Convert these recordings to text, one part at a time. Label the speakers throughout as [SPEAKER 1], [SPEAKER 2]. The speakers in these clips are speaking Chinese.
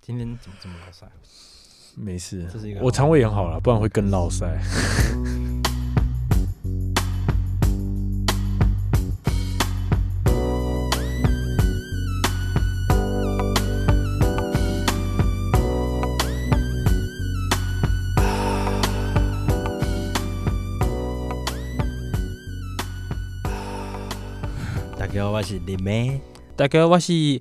[SPEAKER 1] 今天怎么这么老塞？
[SPEAKER 2] 没事
[SPEAKER 1] 这是一个，
[SPEAKER 2] 我肠胃炎好嗯了，不然会更落塞。
[SPEAKER 1] 大家好，我是林妹，
[SPEAKER 2] 大哥，我是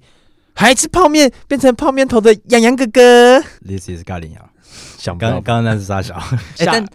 [SPEAKER 2] 还吃泡面变成泡面头的洋洋哥哥。
[SPEAKER 1] ，This is 咖喱羊。
[SPEAKER 2] 想不
[SPEAKER 1] 刚
[SPEAKER 2] 到
[SPEAKER 1] 刚刚
[SPEAKER 2] 吧
[SPEAKER 1] 那是傻小，哎，
[SPEAKER 2] 下
[SPEAKER 1] 但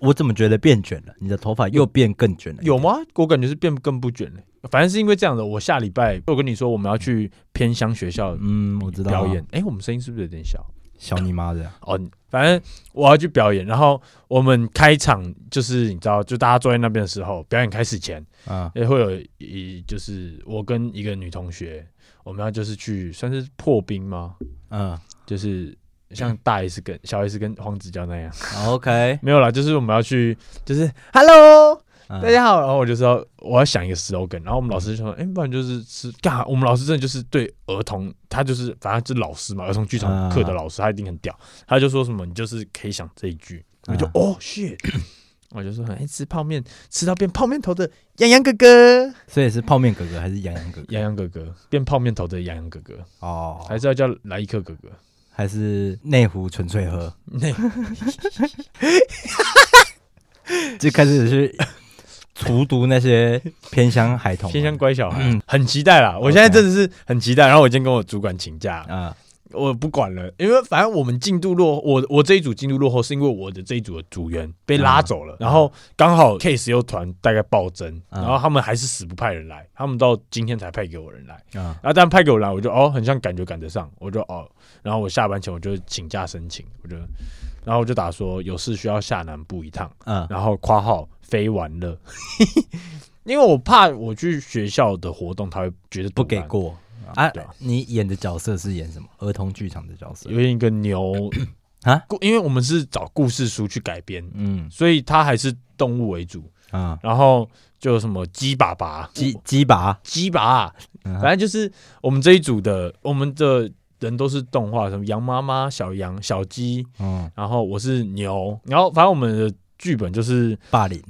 [SPEAKER 1] 我怎么觉得变卷了？你的头发又变更卷了？
[SPEAKER 2] 有？吗？我感觉是变更不卷了。反正是因为这样的，我下礼拜我跟你说我们要去偏乡学校
[SPEAKER 1] 嗯，我知道啊。
[SPEAKER 2] 表演。哎、我们声音是不是有点小？
[SPEAKER 1] 小你妈的，
[SPEAKER 2] 哦，反正我要去表演，然后我们开场就是你知道，就大家坐在那边的时候，表演开始前
[SPEAKER 1] 啊，
[SPEAKER 2] 也会有一就是我跟一个女同学，我们要就是去算是破冰吗？
[SPEAKER 1] 嗯
[SPEAKER 2] 就是像大 S 跟小 S 跟黄子佼那样，
[SPEAKER 1] 好，OK，
[SPEAKER 2] 没有啦，就是我们要去就是 Hello
[SPEAKER 1] 嗯
[SPEAKER 2] 大家好，然后我就说我要想一个 slogan，然后我们老师就说，哎、不然就是是干，我们老师真的就是对儿童，他就是反正就是老师嘛，儿童剧场课的老师，他一定很屌，他就说什么你就是可以想这一句，我就
[SPEAKER 1] 嗯
[SPEAKER 2] 哦 shit，我就说哎、吃泡面吃到变泡面头的洋洋哥哥，
[SPEAKER 1] 所以是泡面哥哥还是洋洋哥哥？
[SPEAKER 2] 洋洋哥哥变泡面头的洋洋哥哥，
[SPEAKER 1] 哦，
[SPEAKER 2] 还是要叫莱克哥 哥，
[SPEAKER 1] 还是内湖纯粹喝？
[SPEAKER 2] 那
[SPEAKER 1] 就开始去荼毒那些偏乡孩童们，
[SPEAKER 2] 偏向乖小孩，
[SPEAKER 1] 嗯
[SPEAKER 2] 很期待啦，我现在真的是很期待，然后我今天跟我主管请假，
[SPEAKER 1] 啊，
[SPEAKER 2] 我不管了，因为反正我们进度落，我我这一组进度落后，是因为我的这一组的组员被拉走了，然后刚好 case 又团大概暴增，
[SPEAKER 1] 嗯
[SPEAKER 2] 然后他们还是死不派人来，他们到今天才派给我人来，
[SPEAKER 1] 啊
[SPEAKER 2] 然后但派给我来，我就哦，很像感觉赶得上，我就哦，然后我下班前我就请假申请，我就，然后我就打说有事需要下南部一趟，
[SPEAKER 1] 啊
[SPEAKER 2] 然后括号非完了， 因为我怕我去学校的活动他会觉得
[SPEAKER 1] 不
[SPEAKER 2] 堵
[SPEAKER 1] 给
[SPEAKER 2] 烂
[SPEAKER 1] 过啊
[SPEAKER 2] 对啊！
[SPEAKER 1] 你演的角色是演什么？儿童剧场的角色
[SPEAKER 2] 有一个牛
[SPEAKER 1] 啊
[SPEAKER 2] 故因为我们是找故事书去改编，
[SPEAKER 1] 嗯
[SPEAKER 2] 所以它还是动物为主。
[SPEAKER 1] 啊，
[SPEAKER 2] 然后就有什么鸡爸爸、
[SPEAKER 1] 鸡鸡拔
[SPEAKER 2] 鸡爸爸，
[SPEAKER 1] 嗯
[SPEAKER 2] 反正就是我们这一组的，我们的人都是动画，什么羊妈妈、小羊、小鸡，
[SPEAKER 1] 嗯，
[SPEAKER 2] 然后我是牛，然后反正我们的剧本就是
[SPEAKER 1] 霸凌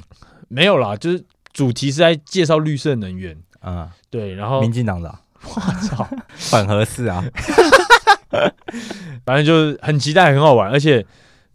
[SPEAKER 2] 没有啦，就是主题是在介绍绿色能源。
[SPEAKER 1] 啊，
[SPEAKER 2] 对，然后
[SPEAKER 1] 民进党的啊
[SPEAKER 2] 我操，
[SPEAKER 1] 反核四啊，
[SPEAKER 2] 反正就是很期待，很好玩，而且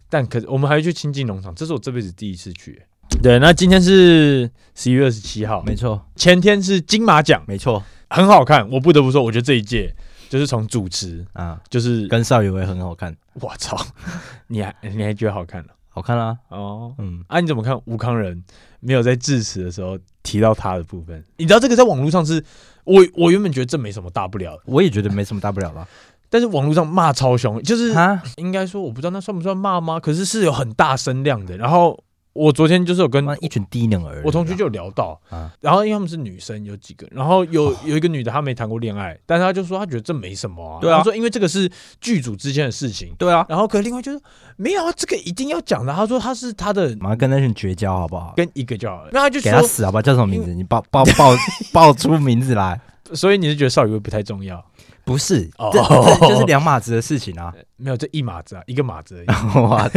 [SPEAKER 2] 但可我们还去亲近农场，这是我这辈子第一次去。对，那今天是十一月二十七号，
[SPEAKER 1] 没错
[SPEAKER 2] 前天是金马奖，
[SPEAKER 1] 没错
[SPEAKER 2] 很好看，我不得不说，我觉得这一届就是从主持，
[SPEAKER 1] 啊，
[SPEAKER 2] 就是
[SPEAKER 1] 跟邵雨薇很好看，
[SPEAKER 2] 我操， 你还你还觉得好看了、
[SPEAKER 1] 好看啊，
[SPEAKER 2] 哦？
[SPEAKER 1] 嗯，
[SPEAKER 2] 啊，你怎么看吴康仁没有在致辞的时候提到他的部分？你知道这个在网络上是，我我原本觉得这没什么大不了的，
[SPEAKER 1] 我也觉得没什么大不了吧？
[SPEAKER 2] 但是网络上骂超凶，就是
[SPEAKER 1] 啊，
[SPEAKER 2] 应该说我不知道那算不算骂吗？可是是有很大声量的。然后我昨天就是有跟
[SPEAKER 1] 妈一群低能儿，
[SPEAKER 2] 我同学就有聊到
[SPEAKER 1] 啊，哦
[SPEAKER 2] 然后因为他们是女生有几个，然后有有一个女的她没谈过恋爱，但是她就说她觉得这没什么啊，
[SPEAKER 1] 对啊
[SPEAKER 2] 她说因为这个是剧组之间的事情。
[SPEAKER 1] 对啊，
[SPEAKER 2] 然后可是另外就是没有啊，这个一定要讲的。她说她是她的
[SPEAKER 1] 马上跟那群绝交好不好？
[SPEAKER 2] 跟一个叫好了，那她就
[SPEAKER 1] 给他
[SPEAKER 2] 说，
[SPEAKER 1] 死好不好？叫什么名字？你报报报报出名字来。
[SPEAKER 2] 所以你是觉得邵雨薇不太重要？
[SPEAKER 1] 不是，
[SPEAKER 2] 哦
[SPEAKER 1] 这这就是两码子的事情啊！
[SPEAKER 2] 没有，这一码子啊，一个码 子而已。
[SPEAKER 1] 我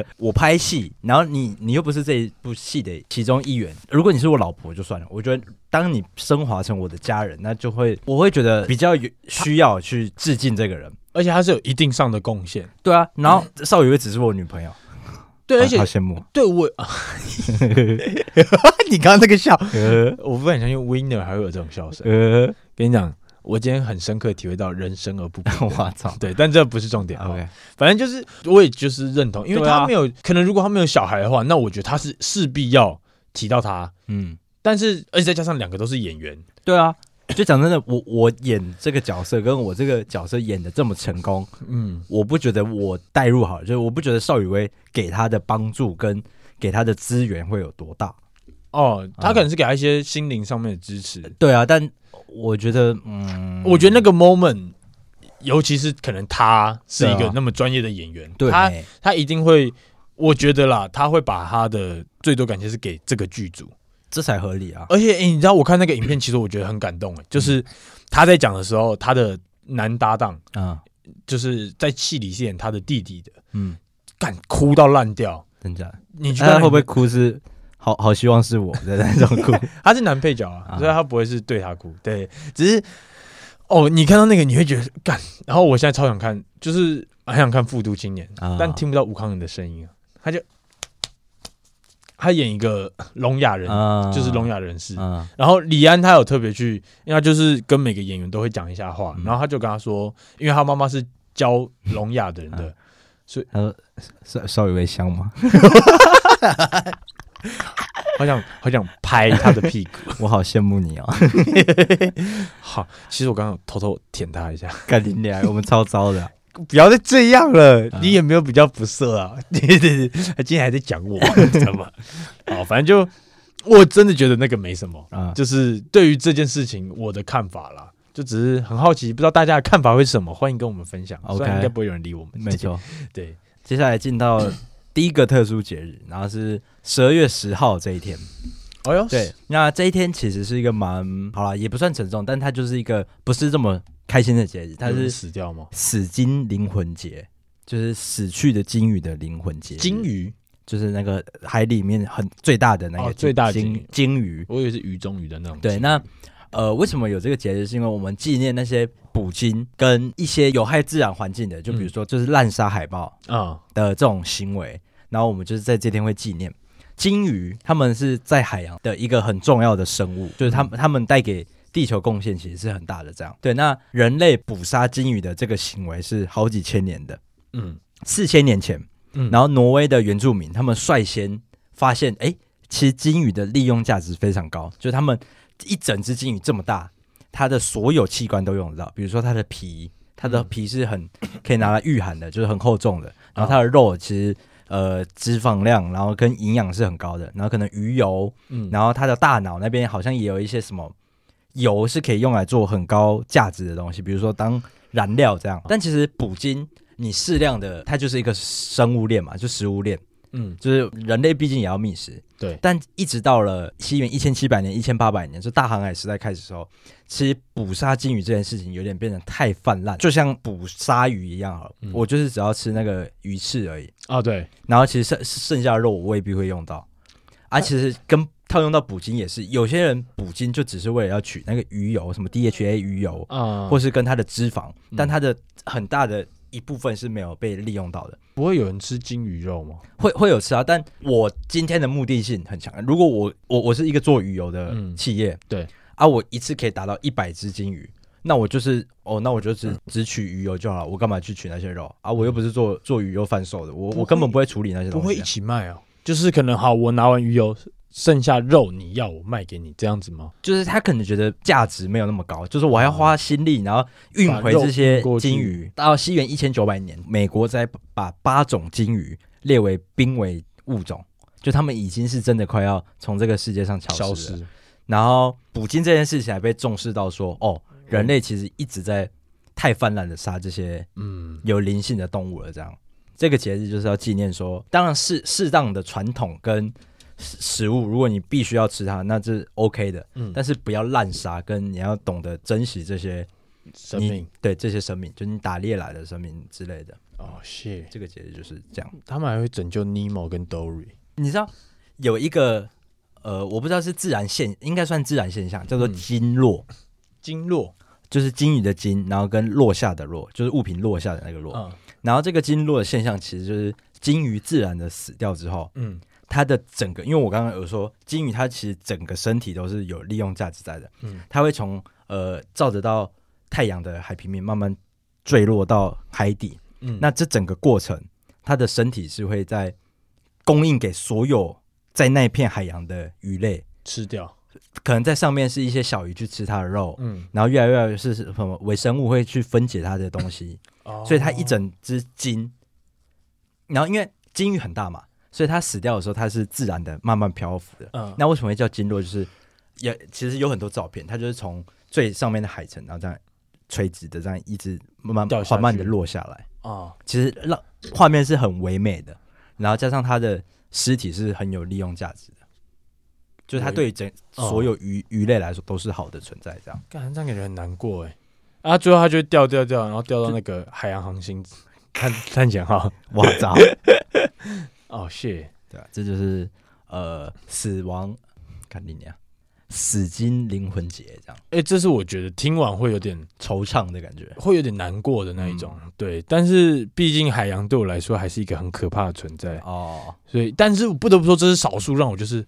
[SPEAKER 1] 操，我拍戏，然后你你又不是这一部戏的其中一员。如果你是我老婆就算了，我觉得当你升华成我的家人，那就会我会觉得比较有需要去致敬这个人。
[SPEAKER 2] 而且她是有一定上的贡献，
[SPEAKER 1] 对啊，然后邵雨薇只是我女朋友，
[SPEAKER 2] 对，而
[SPEAKER 1] 啊好
[SPEAKER 2] 且
[SPEAKER 1] 好羡 慕。
[SPEAKER 2] 对我，啊你刚刚那个笑，
[SPEAKER 1] 呃
[SPEAKER 2] 我不敢相信 Winner 还会有这种笑声。
[SPEAKER 1] 呃，
[SPEAKER 2] 跟你讲，我今天很深刻体会到人生而 不
[SPEAKER 1] 我操
[SPEAKER 2] 对，但这不是重点。
[SPEAKER 1] ！OK，
[SPEAKER 2] 反正就是，我也就是认同，因为
[SPEAKER 1] 对啊
[SPEAKER 2] 他没有、可能，如果他没有小孩的话，那我觉得他是势必要提到他。
[SPEAKER 1] 嗯，
[SPEAKER 2] 但是，而且再加上两个都是演员，
[SPEAKER 1] 对啊。就讲真的，我我演这个角色，跟我这个角色演的这么成功，
[SPEAKER 2] 嗯，
[SPEAKER 1] 我不觉得我代入好了，就是我不觉得邵雨薇给他的帮助跟给他的资源会有多大。
[SPEAKER 2] 哦，他
[SPEAKER 1] 啊
[SPEAKER 2] 可能是给他一些心灵上面的支持。
[SPEAKER 1] 对啊，但我觉得，嗯，
[SPEAKER 2] 我觉得那个 moment，尤其是可能他是一
[SPEAKER 1] 对
[SPEAKER 2] 个
[SPEAKER 1] 啊
[SPEAKER 2] 那么专业的演员，
[SPEAKER 1] 对
[SPEAKER 2] 他
[SPEAKER 1] 欸
[SPEAKER 2] 他一定会，我觉得啦，他会把他的最多感谢是给这个剧组。
[SPEAKER 1] 这才合理啊。
[SPEAKER 2] 而且、诶欸你知道我看那欸
[SPEAKER 1] 嗯
[SPEAKER 2] 个影片，其实我觉得很感动诶，就是他在讲的时候，他的男搭档
[SPEAKER 1] 嗯，
[SPEAKER 2] 就是在戏里是演他的弟弟的，
[SPEAKER 1] 嗯，
[SPEAKER 2] 干哭到烂掉。
[SPEAKER 1] 真假？
[SPEAKER 2] 你觉
[SPEAKER 1] 他
[SPEAKER 2] 得
[SPEAKER 1] 哎会不会？哭是？好好希望是我的 那种哭，
[SPEAKER 2] 他是男配角啊，
[SPEAKER 1] 啊
[SPEAKER 2] 所以他不会是对他哭，对，只是哦，你看到那个你会觉得干。然后我现在超想看，就是很想看《复读青年》
[SPEAKER 1] 啊
[SPEAKER 2] 但听不到吴康仁的声音啊，他就他演一个聋哑人，
[SPEAKER 1] 啊
[SPEAKER 2] 就是聋哑人士。
[SPEAKER 1] 啊，
[SPEAKER 2] 然后李安他有特别去，因为他就是跟每个演员都会讲一下话，
[SPEAKER 1] 嗯
[SPEAKER 2] 然后他就跟他说，因为他妈妈是教聋哑的人的，
[SPEAKER 1] 他说稍稍微微香吗？
[SPEAKER 2] 好想好想拍他的屁 股。
[SPEAKER 1] 我好羡慕你哦，
[SPEAKER 2] 好，其实我刚刚有偷偷舔他一下，
[SPEAKER 1] 干你娘！我们超糟的啊，
[SPEAKER 2] 不要再这样了，你也没有比较不色 啊，对对对，他今天还在讲我， 知道吗？好，反正就我真的觉得那个没什么，
[SPEAKER 1] 啊
[SPEAKER 2] 就是对于这件事情我的看法啦。就只是很好奇，不知道大家的看法会是什么，欢迎跟我们分享。
[SPEAKER 1] OK
[SPEAKER 2] 虽然应该不会有人理我们，
[SPEAKER 1] 没错。
[SPEAKER 2] 对，
[SPEAKER 1] 接下来进到第一个特殊节日，然后是十二月十号这一天。
[SPEAKER 2] 哎呦，
[SPEAKER 1] 对，那这一天其实是一个蛮好啦，也不算沉重，但它就是一个不是这么开心的节日，它
[SPEAKER 2] 有人
[SPEAKER 1] 是
[SPEAKER 2] 死掉吗？
[SPEAKER 1] 死金灵魂节，就是死去的金鱼的灵魂节。
[SPEAKER 2] 金，鱼，
[SPEAKER 1] 就是那个海里面很最大的那个
[SPEAKER 2] 哦
[SPEAKER 1] 金、
[SPEAKER 2] 最大的金
[SPEAKER 1] 金
[SPEAKER 2] 鱼
[SPEAKER 1] 金鱼。
[SPEAKER 2] 我以为是鱼中鱼的那种。
[SPEAKER 1] 对，那呃，为什么有这个节日？是因为我们纪念那些捕鲸跟一些有害自然环境的，就
[SPEAKER 2] 嗯
[SPEAKER 1] 比如说就是滥杀海豹，
[SPEAKER 2] 啊，
[SPEAKER 1] 的这种行为，然后我们就是在这天会纪念鲸鱼，它们是在海洋的一个很重要的生物，就是它们它们带给地球贡献其实是很大的。这样对，那人类捕杀鲸鱼的这个行为是好几千年的，
[SPEAKER 2] 嗯
[SPEAKER 1] 四千年前，
[SPEAKER 2] 嗯
[SPEAKER 1] 然后挪威的原住民他们率先发现，哎，其实鲸鱼的利用价值非常高，就是他们一整只鲸鱼这么大，它的所有器官都用得到，比如说它的皮，它
[SPEAKER 2] 嗯
[SPEAKER 1] 的皮是很可以拿来御寒的，就是很厚重的，然后它的肉其实。呃，脂肪量，然后跟营养是很高的，然后可能鱼油，
[SPEAKER 2] 嗯，
[SPEAKER 1] 然后它的大脑那边好像也有一些什么油是可以用来做很高价值的东西，比如说当燃料这样。但其实捕鲸，你适量的，它就是一个生物链嘛，就食物链，
[SPEAKER 2] 嗯
[SPEAKER 1] 就是人类毕竟也要觅食。
[SPEAKER 2] 对
[SPEAKER 1] 但一直到了西元一千七百年、一千八百年，就大航海时代开始的时候，其实捕杀鲸鱼这件事情有点变得太泛滥，就像捕鲨鱼一样好了。
[SPEAKER 2] 嗯
[SPEAKER 1] 我就是只要吃那个鱼翅而已，
[SPEAKER 2] 啊，对，
[SPEAKER 1] 然后其实剩剩下的肉我未必会用到，啊，其实跟套用到捕鲸也是，有些人捕鲸就只是为了要取那个鱼油，什么 DHA 鱼油，
[SPEAKER 2] 啊，
[SPEAKER 1] 或
[SPEAKER 2] 或
[SPEAKER 1] 是跟它的脂肪，
[SPEAKER 2] 嗯
[SPEAKER 1] 但它的很大的一部分是没有被利用到的。
[SPEAKER 2] 不会有人吃金鱼肉吗？
[SPEAKER 1] 会会有吃啊，但我今天的目的性很强。如果我我我是一个做鱼油的
[SPEAKER 2] 嗯
[SPEAKER 1] 企业，
[SPEAKER 2] 对
[SPEAKER 1] 啊，我一次可以达到一百只金鱼，那我就是哦，那我就
[SPEAKER 2] 嗯
[SPEAKER 1] 只只取鱼油就好了，我干嘛去取那些肉啊？我又不是做做鱼油贩售的，我
[SPEAKER 2] 不
[SPEAKER 1] 我根本
[SPEAKER 2] 会
[SPEAKER 1] 不会处理那些东
[SPEAKER 2] 不
[SPEAKER 1] 西啊、
[SPEAKER 2] 会一起卖哦，就是可能好，我拿完鱼油，剩下肉你要我卖给你这样子吗？
[SPEAKER 1] 就是他可能觉得价值没有那么高，就是我还要
[SPEAKER 2] 嗯
[SPEAKER 1] 花心力，然后运回这些金鱼。到西元一千九百年，美国才把八种金鱼列为濒危物种，就他们已经是真的快要从这个世界上消失了。
[SPEAKER 2] 消失，
[SPEAKER 1] 然后捕鲸这件事情还被重视到说，哦，人类其实一直在太泛滥的杀这些
[SPEAKER 2] 嗯，
[SPEAKER 1] 有灵性的动物了。这样，这个节日就是要纪念说，当然适适当的传统跟食食物，如果你必须要吃它，那是 OK 的。
[SPEAKER 2] 嗯
[SPEAKER 1] 但是不要滥杀，跟你要懂得珍惜这些
[SPEAKER 2] 生
[SPEAKER 1] 你
[SPEAKER 2] 命
[SPEAKER 1] 对这些生命，就你打猎来的生命之类的。
[SPEAKER 2] 哦，谢，
[SPEAKER 1] 这个节日就是这样。
[SPEAKER 2] 他们还会拯救 Nemo 跟 Dory，
[SPEAKER 1] 你知道有一个呃，我不知道是自然现，应该算自然现象，叫做
[SPEAKER 2] 嗯
[SPEAKER 1] 鲸落。
[SPEAKER 2] 鲸落，
[SPEAKER 1] 就是鲸鱼的鲸，然后跟落下的落，就是物品落下的那个落。
[SPEAKER 2] 嗯
[SPEAKER 1] 然后这个鲸落的现象，其实就是鲸鱼自然的死掉之后，
[SPEAKER 2] 嗯
[SPEAKER 1] 它的整个，因为我刚刚有说，鲸鱼它其实整个身体都是有利用价值在的，
[SPEAKER 2] 嗯
[SPEAKER 1] 它会从呃照得到太阳的海平面慢慢坠落到海底，
[SPEAKER 2] 嗯
[SPEAKER 1] 那这整个过程，它的身体是会在供应给所有在那片海洋的鱼类，
[SPEAKER 2] 吃掉，
[SPEAKER 1] 可能在上面是一些小鱼去吃它的肉，
[SPEAKER 2] 嗯，
[SPEAKER 1] 然后越来越来是什么微生物会去分解它的东西，
[SPEAKER 2] 哦
[SPEAKER 1] 所以它一整只鲸，然后因为鲸鱼很大嘛，所以它死掉的时候它是自然的慢慢漂浮的。
[SPEAKER 2] 嗯
[SPEAKER 1] 那为什么会叫鲸落？就是也其实有很多照片，它就是从最上面的海层，然后这样垂直的这样一直慢
[SPEAKER 2] 掉
[SPEAKER 1] 慢
[SPEAKER 2] 下去
[SPEAKER 1] 缓慢的落下来。
[SPEAKER 2] 啊
[SPEAKER 1] 其实让画面是很唯美的，然后加上它的尸体是很有利用价值的，就是它对于整
[SPEAKER 2] 哦
[SPEAKER 1] 所有鱼、鱼类来说都是好的存在。这样
[SPEAKER 2] 干这样感觉很难过哎。啊，最后他就会掉掉掉，然后掉到那个海洋航行，看看起来哈，
[SPEAKER 1] 我操，
[SPEAKER 2] 哦谢，
[SPEAKER 1] 对吧、这就是呃死亡，看你娘，死金灵魂节这样
[SPEAKER 2] 哎，这是我觉得听完会有点
[SPEAKER 1] 惆怅的感觉。
[SPEAKER 2] 会有点难过的那一种，
[SPEAKER 1] 嗯
[SPEAKER 2] 对。但是毕竟海洋对我来说还是一个很可怕的存在，
[SPEAKER 1] 哦，
[SPEAKER 2] 所以，但是我不得不说，这是少数让我就是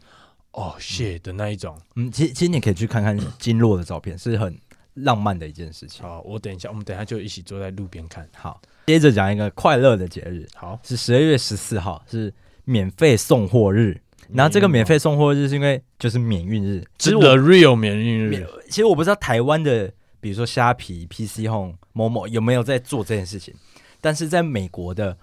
[SPEAKER 2] 哦谢的那一种。
[SPEAKER 1] 嗯，其实其实你可以去看看金洛的照片，是很浪漫的一件事情。
[SPEAKER 2] 好，我等一下，我们等一下就一起坐在路边看。
[SPEAKER 1] 好，接着讲一个快乐的节日，
[SPEAKER 2] 好，
[SPEAKER 1] 是十二月十四号，是免费送货日。然后这个免费送货日是因为就是免运日，其实
[SPEAKER 2] 真
[SPEAKER 1] 我
[SPEAKER 2] 的 real 免疫
[SPEAKER 1] 免
[SPEAKER 2] 日，
[SPEAKER 1] 其实我不知道台湾的，比如说虾皮、PC Home、某某有没有在做这件事情，但是在美国的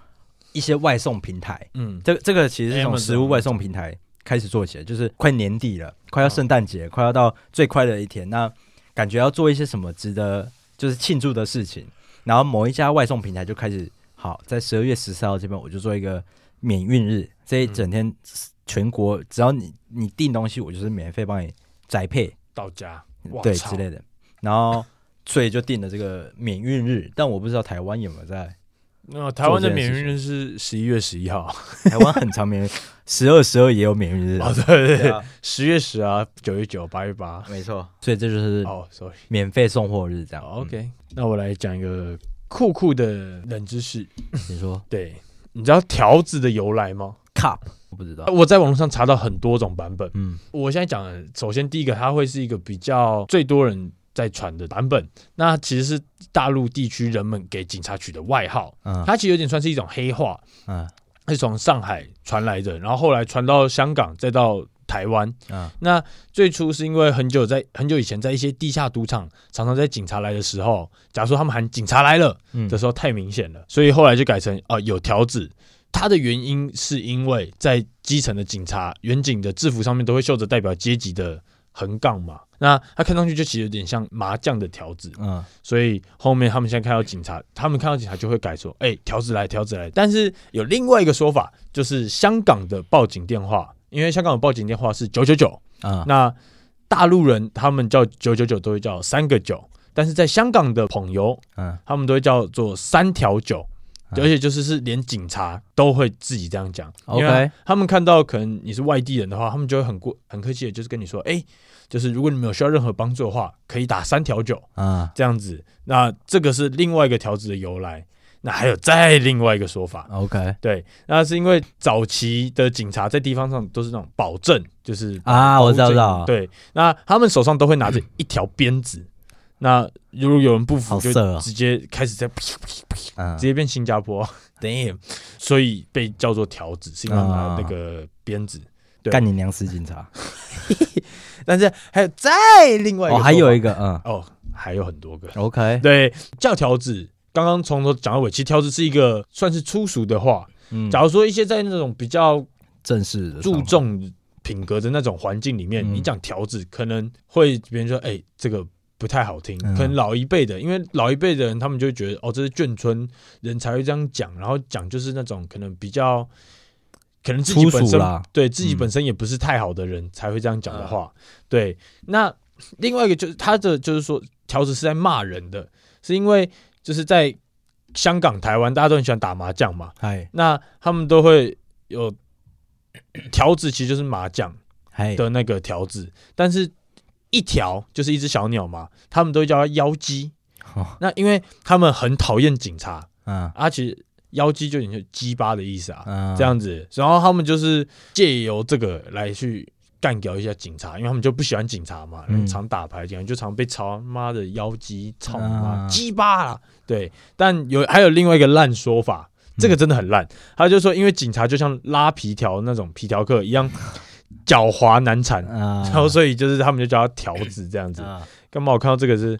[SPEAKER 1] 一些外送平台，
[SPEAKER 2] 嗯，
[SPEAKER 1] 这这个其实是从
[SPEAKER 2] Amazon 嗯
[SPEAKER 1] 食物外送平台开始做起来，就是快年底了，快要圣诞节，快要到最快乐的一天，那感觉要做一些什么值得就是庆祝的事情，然后某一家外送平台就开始好，在十二月十四号这边我就做一个免运日，这一整天全国只要你你订东西，我就是免费帮你宅配，
[SPEAKER 2] 到家，哇
[SPEAKER 1] 嗯对
[SPEAKER 2] 操
[SPEAKER 1] 之类的，然后。所以就定了这个免运日，但我不知道台湾有没有在。
[SPEAKER 2] 那台湾的
[SPEAKER 1] 做这件
[SPEAKER 2] 免
[SPEAKER 1] 事
[SPEAKER 2] 运日是十一月十一 号，
[SPEAKER 1] 台湾很常免运，十二十二也有免运日啊。
[SPEAKER 2] 哦，对对
[SPEAKER 1] 对
[SPEAKER 2] 对
[SPEAKER 1] 啊，
[SPEAKER 2] 十月十啊，九月九，八月八。
[SPEAKER 1] 没错，所以这就是
[SPEAKER 2] 哦，sorry，
[SPEAKER 1] 免费送货日这样。
[SPEAKER 2] 好，OK，那哦我来讲一个酷酷的冷知识。
[SPEAKER 1] 嗯你说
[SPEAKER 2] 对，你知道条子的由来吗？
[SPEAKER 1] cup 我不知道，
[SPEAKER 2] 我在网络上查到很多种版本。
[SPEAKER 1] 嗯
[SPEAKER 2] 我现在讲的，首先第一个，它会是一个比较最多人在传的版本。那其实是大陆地区人们给警察取的外号，
[SPEAKER 1] 嗯
[SPEAKER 2] 它其实有点算是一种黑话。
[SPEAKER 1] 嗯
[SPEAKER 2] 是从上海传来的，然后后来传到香港，再到台湾。
[SPEAKER 1] 嗯
[SPEAKER 2] 那最初是因为很久在很久以前，在一些地下赌场，常常在警察来的时候，假如说他们喊“警察来了”
[SPEAKER 1] 嗯
[SPEAKER 2] 的时候太明显了，所以后来就改成啊、呃有条子。它的原因是因为在基层的警察、远警的制服上面都会绣着代表阶级的横杠嘛，那它看上去就其实有点像麻将的条子。
[SPEAKER 1] 嗯
[SPEAKER 2] 所以后面他们现在看到警察，他们看到警察就会改说：“哎、条子来，条子来。”但是有另外一个说法，就是香港的报警电话，因为香港的报警电话是九九九，
[SPEAKER 1] 嗯
[SPEAKER 2] 那大陆人他们叫九九九都会叫三个九，但是在香港的朋友
[SPEAKER 1] 嗯
[SPEAKER 2] 他们都会叫做三条九。
[SPEAKER 1] 嗯
[SPEAKER 2] 而且就是是连警察都会自己这样讲因为
[SPEAKER 1] OK
[SPEAKER 2] 他们看到可能你是外地人的话，他们就会很过很客气的，就是跟你说，哎、就是如果你们有需要任何帮助的话，可以打三条九，
[SPEAKER 1] 嗯
[SPEAKER 2] 这样子。那这个是另外一个条子的由来。那还有再另外一个说法，
[SPEAKER 1] OK
[SPEAKER 2] 对，那是因为早期的警察在地方上都是那种保证，就是
[SPEAKER 1] 啊，我知道
[SPEAKER 2] 保
[SPEAKER 1] 知
[SPEAKER 2] 证
[SPEAKER 1] 道，，嗯
[SPEAKER 2] 哦对，那他们手上都会拿着一条鞭子。那如果有人不服，
[SPEAKER 1] 好
[SPEAKER 2] 就
[SPEAKER 1] 色哦
[SPEAKER 2] 直接开始在
[SPEAKER 1] 嗯
[SPEAKER 2] 直接变新加坡，damn，所以被叫做条子，是因为他们
[SPEAKER 1] 啊
[SPEAKER 2] 拿那个鞭子。对
[SPEAKER 1] 干你娘死警察。
[SPEAKER 2] 但是还有再另外一个
[SPEAKER 1] 哦，
[SPEAKER 2] 说法，
[SPEAKER 1] 还有一个嗯
[SPEAKER 2] 哦，还有很多个，
[SPEAKER 1] OK，
[SPEAKER 2] 对，叫条子。刚刚从头讲到尾，其实条子是一个算是粗俗的话。
[SPEAKER 1] 嗯
[SPEAKER 2] 假如说一些在那种比较
[SPEAKER 1] 正式的
[SPEAKER 2] 注重品格的那种环境里面，
[SPEAKER 1] 嗯
[SPEAKER 2] 你讲条子，可能会别人说，哎、这个不太好听。
[SPEAKER 1] 嗯
[SPEAKER 2] 可能老一辈的，因为老一辈的人，他们就会觉得，哦，这是眷村人才会这样讲，然后讲就是那种可能比较，可能自己
[SPEAKER 1] 粗
[SPEAKER 2] 本
[SPEAKER 1] 俗
[SPEAKER 2] 身
[SPEAKER 1] 啦，
[SPEAKER 2] 对自己
[SPEAKER 1] 嗯
[SPEAKER 2] 本身也不是太好的人才会这样讲的话。对，那另外一个就是他的就是说条子是在骂人的，是因为就是在香港、台湾大家都很喜欢打麻将嘛，
[SPEAKER 1] 嗨
[SPEAKER 2] 那他们都会有条子，其实就是麻将
[SPEAKER 1] 嗨
[SPEAKER 2] 的那个条子，但是一条就是一只小鸟嘛，他们都叫它妖姬。
[SPEAKER 1] 哦
[SPEAKER 2] 那因为他们很讨厌警察，
[SPEAKER 1] 嗯
[SPEAKER 2] 啊，其实妖姬就有点鸡巴的意思啊。
[SPEAKER 1] 嗯
[SPEAKER 2] 这样子，然后他们就是借由这个来去干掉一下警察，因为他们就不喜欢警察嘛，
[SPEAKER 1] 嗯
[SPEAKER 2] 常打牌，这样就常被嘲妈的妖姬操你
[SPEAKER 1] 啊
[SPEAKER 2] 妈鸡巴啦，对。但有还有另外一个烂说法，
[SPEAKER 1] 嗯
[SPEAKER 2] 这个真的很烂，他就说因为警察就像拉皮条那种皮条客一样，狡猾难缠，
[SPEAKER 1] 啊，
[SPEAKER 2] 然后所以就是他们就叫他条子这样子。
[SPEAKER 1] 啊
[SPEAKER 2] 干嘛我看到这个是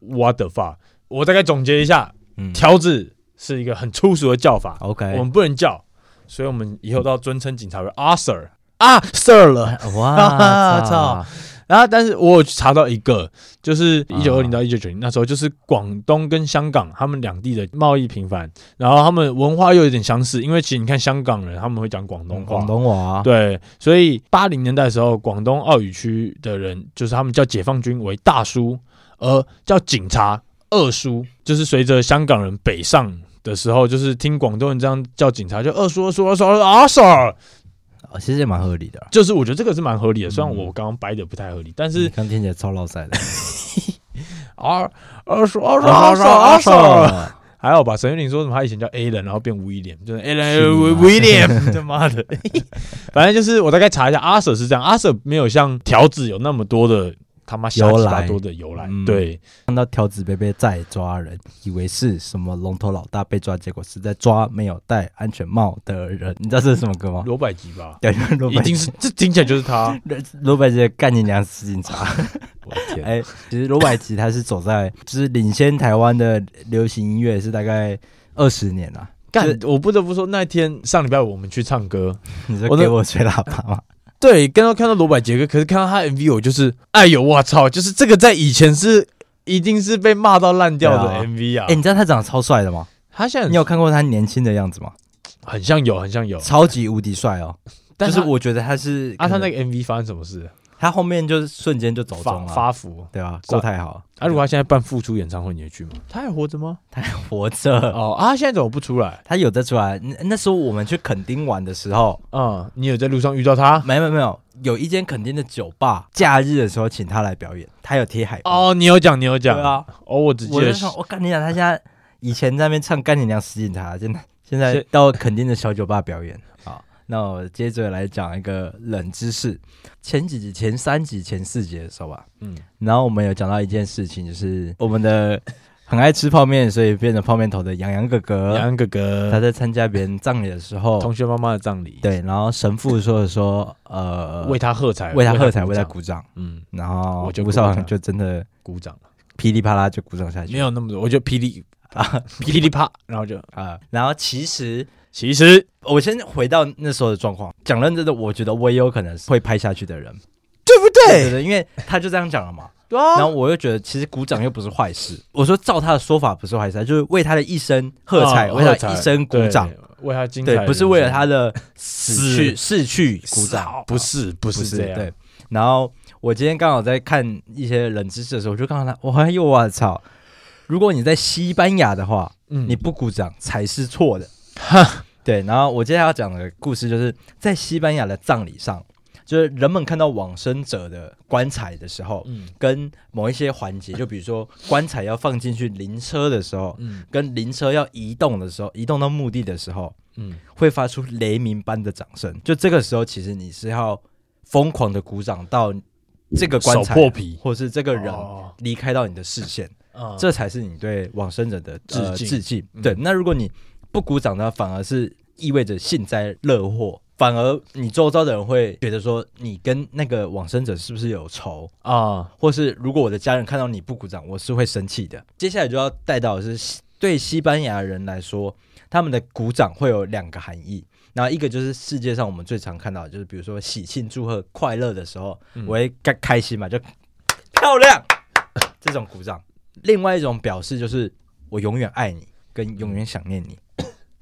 [SPEAKER 2] what the fuck？我大概总结一下，
[SPEAKER 1] 嗯
[SPEAKER 2] 条子是一个很粗俗的叫法，
[SPEAKER 1] OK，
[SPEAKER 2] 我们不能叫，所以我们以后都要尊称警察为阿 Sir 啊 Sir 了。
[SPEAKER 1] 哇操
[SPEAKER 2] 操，然后，但是我有查到一个，就是
[SPEAKER 1] 啊
[SPEAKER 2] 一九二零到一九九零那时候，就是广东跟香港他们两地的贸易频繁，然后他们文化又有点相似，因为其实你看香港人他们会讲广东话。
[SPEAKER 1] 广东话，啊
[SPEAKER 2] 对，所以八零年代的时候，广呃东澳语区的人就是他们叫解放军为大叔，而叫警察二叔，就是随着香港人北上的时候，就是听广东人这样叫警察，就二叔、二叔、二叔、二叔，
[SPEAKER 1] 哦，其实也蛮合理的啊、
[SPEAKER 2] 就是我觉得这个是蛮合理的。虽然我刚刚掰的不太合理，但是
[SPEAKER 1] 刚听起来超老塞的，
[SPEAKER 2] 二二叔、二叔、
[SPEAKER 1] 二
[SPEAKER 2] 二叔、
[SPEAKER 1] 手
[SPEAKER 2] 二
[SPEAKER 1] 二
[SPEAKER 2] 叔，
[SPEAKER 1] 哦手，
[SPEAKER 2] 还好吧？沈玉玲说什么？他以前叫 A 人，然后变 William，就是 A
[SPEAKER 1] 是啊
[SPEAKER 2] 人
[SPEAKER 1] 吗
[SPEAKER 2] William，他妈的！ 反正就是我大概查一下，阿 Sir 是这样，阿 Sir 没有像条子有那么多的他妈瞎
[SPEAKER 1] 由
[SPEAKER 2] 七八
[SPEAKER 1] 来
[SPEAKER 2] 多的由来
[SPEAKER 1] 嗯，
[SPEAKER 2] 对。
[SPEAKER 1] 看到条子被被在抓人，以为是什么龙头老大被抓，结果是在抓没有戴安全帽的人。你知道这是什么歌吗？
[SPEAKER 2] 罗百吉吧，
[SPEAKER 1] 对，嗯罗
[SPEAKER 2] 一
[SPEAKER 1] 百
[SPEAKER 2] 定是这听起来就是他。
[SPEAKER 1] 罗百吉的干你娘死警察！
[SPEAKER 2] 我的天，
[SPEAKER 1] 哎、其实罗百吉他是走在就是领先台湾的流行音乐是大概二十年啊啦。
[SPEAKER 2] 干！我不得不说，那天上礼拜五我们去唱歌，
[SPEAKER 1] 你说
[SPEAKER 2] 我的
[SPEAKER 1] 给我吹喇叭吗？
[SPEAKER 2] 对，刚刚看到罗百吉的歌，可是看到他 MV，我就是，哎呦，我操！就是这个在以前是一定是被骂到烂掉
[SPEAKER 1] 对啊
[SPEAKER 2] 的 MV 啊。嗯
[SPEAKER 1] 哎、你知道他长得超帅的吗？
[SPEAKER 2] 他现在
[SPEAKER 1] 你有看过他年轻的样子吗？
[SPEAKER 2] 很像有，很像有，
[SPEAKER 1] 超级无敌帅哦！
[SPEAKER 2] 哦但
[SPEAKER 1] 就是
[SPEAKER 2] 他
[SPEAKER 1] 我觉得他是
[SPEAKER 2] 啊，他那
[SPEAKER 1] 个
[SPEAKER 2] 个 MV 发生什么事？
[SPEAKER 1] 他后面就是瞬间就走
[SPEAKER 2] 发
[SPEAKER 1] 中了，
[SPEAKER 2] 发福。
[SPEAKER 1] 对吧？过太好，
[SPEAKER 2] 啊，如果他现在办复出演唱会，你会去吗？他还 活着吗？
[SPEAKER 1] 他还活着。
[SPEAKER 2] 哦啊，他现在怎么不出来？
[SPEAKER 1] 他有在出来，那那时候我们去垦丁玩的时候，
[SPEAKER 2] 嗯，你有在路上遇到他？
[SPEAKER 1] 没有没有没有，有一间垦丁的酒吧，假日的时候请他来表演，他有贴海报。哦，
[SPEAKER 2] 哦，你有讲，你有
[SPEAKER 1] 对
[SPEAKER 2] 讲。
[SPEAKER 1] 啊，
[SPEAKER 2] 哦，我只记
[SPEAKER 1] 我就
[SPEAKER 2] 得
[SPEAKER 1] 想，我跟你讲，他现在以前在那边唱《干你娘死警察》， 现在啊现在
[SPEAKER 2] 是
[SPEAKER 1] 到垦丁的小酒吧表演啊。那我接着来讲一个冷知识，前几集、前三集、前四集的时候吧，
[SPEAKER 2] 嗯，
[SPEAKER 1] 然后我们有讲到一件事情，就是我们的很爱吃泡面，所以变成泡面头的洋洋哥哥，
[SPEAKER 2] 杨哥
[SPEAKER 1] 嗯他
[SPEAKER 2] 哥，
[SPEAKER 1] 在参加别人葬礼的时候，
[SPEAKER 2] 同学妈妈的葬礼，
[SPEAKER 1] 对，然后神父说的说，呃，
[SPEAKER 2] 为他喝彩，
[SPEAKER 1] 为他喝彩，为他
[SPEAKER 2] 掌，
[SPEAKER 1] 鼓掌，
[SPEAKER 2] 嗯，
[SPEAKER 1] 然后
[SPEAKER 2] 我就
[SPEAKER 1] 吴
[SPEAKER 2] 鼓
[SPEAKER 1] 少
[SPEAKER 2] 掌
[SPEAKER 1] 恒就真的
[SPEAKER 2] 鼓掌。
[SPEAKER 1] 噼里啪啦就鼓啊掌下
[SPEAKER 2] 没
[SPEAKER 1] 去
[SPEAKER 2] 有那么多，我就噼里 啪噼里啪，然后就
[SPEAKER 1] 啊、然后其实
[SPEAKER 2] 其实
[SPEAKER 1] 我先回到那时候的状况，讲认真的，我觉得我也有可能是会拍下去的人，
[SPEAKER 2] 对不
[SPEAKER 1] 对？对，因为他就这样讲了嘛。
[SPEAKER 2] 对
[SPEAKER 1] 然后
[SPEAKER 2] 啊，
[SPEAKER 1] 我又觉得，其实鼓掌又不是坏事。我说照他的说法不是坏事，他啊就是为他的一生喝彩，
[SPEAKER 2] 啊
[SPEAKER 1] 为他
[SPEAKER 2] 喝
[SPEAKER 1] 的
[SPEAKER 2] 彩
[SPEAKER 1] 一生鼓掌，，
[SPEAKER 2] 对为他精彩
[SPEAKER 1] 对
[SPEAKER 2] 的人生，，
[SPEAKER 1] 不是为了他的死去逝去鼓
[SPEAKER 2] 少
[SPEAKER 1] 掌，
[SPEAKER 2] 不是不
[SPEAKER 1] 不
[SPEAKER 2] 是
[SPEAKER 1] 是
[SPEAKER 2] 这样，
[SPEAKER 1] 对，然后我今天刚好在看一些冷知识的时候，我就看到他，哇呦我操！如果你在西班牙的话，
[SPEAKER 2] 嗯
[SPEAKER 1] 你不鼓掌才是错的。 对，然后我接下来要讲的故事就是在西班牙的葬礼上，就是人们看到往生者的棺材的时候，
[SPEAKER 2] 嗯
[SPEAKER 1] 跟某一些环 节，就比如说棺材要放进去灵车的时候，
[SPEAKER 2] 嗯
[SPEAKER 1] 跟灵车要移动的时候，移动到墓地的时候，
[SPEAKER 2] 嗯，
[SPEAKER 1] 会发出雷鸣般的掌声。就这个时候，其实你是要疯狂的鼓掌到这个棺
[SPEAKER 2] 手
[SPEAKER 1] 材，
[SPEAKER 2] 破皮，
[SPEAKER 1] 或是这个人
[SPEAKER 2] 哦
[SPEAKER 1] 离开到你的视线，
[SPEAKER 2] 嗯
[SPEAKER 1] 这才是你对往生者的
[SPEAKER 2] 致
[SPEAKER 1] 呃
[SPEAKER 2] 敬
[SPEAKER 1] 致敬。
[SPEAKER 2] 嗯
[SPEAKER 1] 对，那如果你不鼓掌的话，反而是意味着幸灾乐祸。反而你周遭的人会觉得说，你跟那个往生者是不是有仇，
[SPEAKER 2] 啊
[SPEAKER 1] 或是如果我的家人看到你不鼓掌，我是会生气的。接下来就要带到的是西对西班牙人来说，他们的鼓掌会有两个含义。然后一个就是世界上我们最常看到的，就是比如说喜庆、祝贺、快乐的时候，
[SPEAKER 2] 嗯
[SPEAKER 1] 我会开开心嘛，就 漂亮这种鼓掌。另外一种表示就是我永远爱你，跟永远想念你，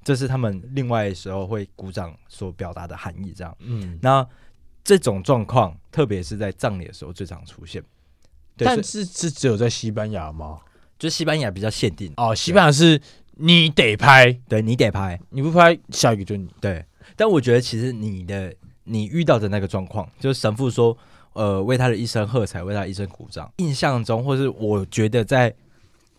[SPEAKER 1] 这是他们另外时候会鼓掌所表达的含义。这样，
[SPEAKER 2] 嗯，
[SPEAKER 1] 那这种状况，特别是在葬礼的时候最常出现。对，所
[SPEAKER 2] 但
[SPEAKER 1] 以
[SPEAKER 2] 是是只有在西班牙吗？
[SPEAKER 1] 就西班牙比较限定，
[SPEAKER 2] 哦，西班牙是你得拍，
[SPEAKER 1] 对你得拍。
[SPEAKER 2] 你不拍下一个就你，
[SPEAKER 1] 对，但我觉得其实你的你遇到的那个状况，就是神父说，呃，为他的一生喝彩，为他的一生鼓掌。印象中，或是我觉得在